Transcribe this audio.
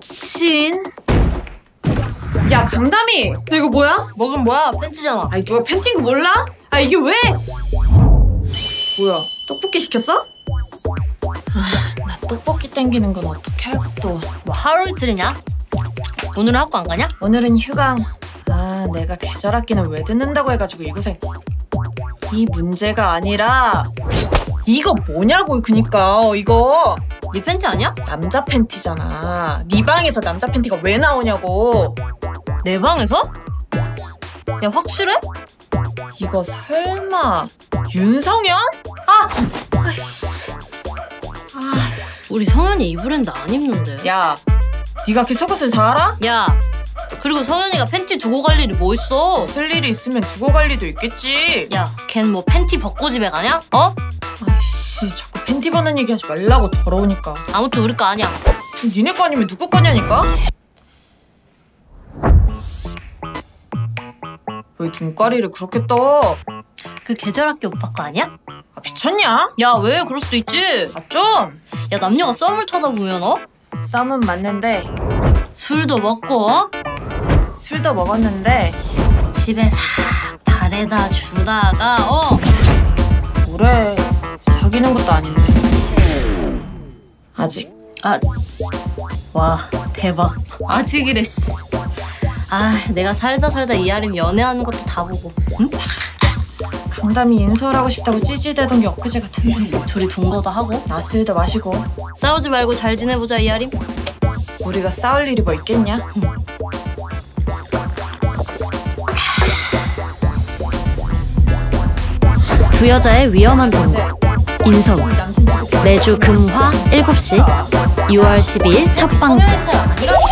미친. 야 강남이, 너 이거 뭐야? 먹은 뭐야? 팬츠잖아. 아이 누가 팬티인 거 몰라? 아 이게 왜? 뭐야? 떡볶이 시켰어? 아, 나 떡볶이 땡기는 건 어떻게 할까 또. 뭐 하루 이틀이냐? 오늘 은 학교 안 가냐? 오늘은 휴강. 아 내가 계절 학기는 왜 듣는다고 해가지고 이 고생. 이 문제가 아니라 이거 뭐냐고 그니까 이거 네 팬티 아니야? 남자 팬티잖아. 네 방에서 남자 팬티가 왜 나오냐고. 내 방에서? 야 확실해? 이거 설마 윤성현? 아, 우리 성현이 이 브랜드 안 입는데. 야, 야, 네가 걔 속옷을 다 알아? 그리고 성현이가 팬티 두고 갈 일이 뭐 있어? 쓸 일이 있으면 두고 갈 리도 있겠지. 야, 걘 뭐 팬티 벗고 집에 가냐? 어? 아이씨, 자꾸 팬티 버는 얘기하지 말라고 더러우니까. 아무튼 우리 거 아니야. 니네 거 아니면 누구 거냐니까? 왜 눈가리를 그렇게 떠? 그 계절학기 오빠 거 아니야? 아, 미쳤냐? 야, 왜 그럴 수도 있지. 아, 좀! 야, 남녀가 썸을 타다 보면 어? 썸은 맞는데, 술도 먹고 어? 술도 먹었는데, 집에 싹 바래다 주다가 어? 뭐래. 사귀는 것도 아닌데. 아직. 아, 와 대박. 아직이래. 씨. 아, 내가 살다 살다 이하림 연애하는 것도 다 보고. 응? 강담이 인서울하고 싶다고 찌질대던 게 엊그제 같은데. 둘이 동거도 하고. 나 술도 마시고, 싸우지 말고 잘 지내보자 이하림. 우리가 싸울 일이 뭐 있겠냐? 두 여자의 위험한 동거. 인성 네. 남친 지금 매주 금화 7시 6월 12일 첫 방송. 성현이 쌤, 이런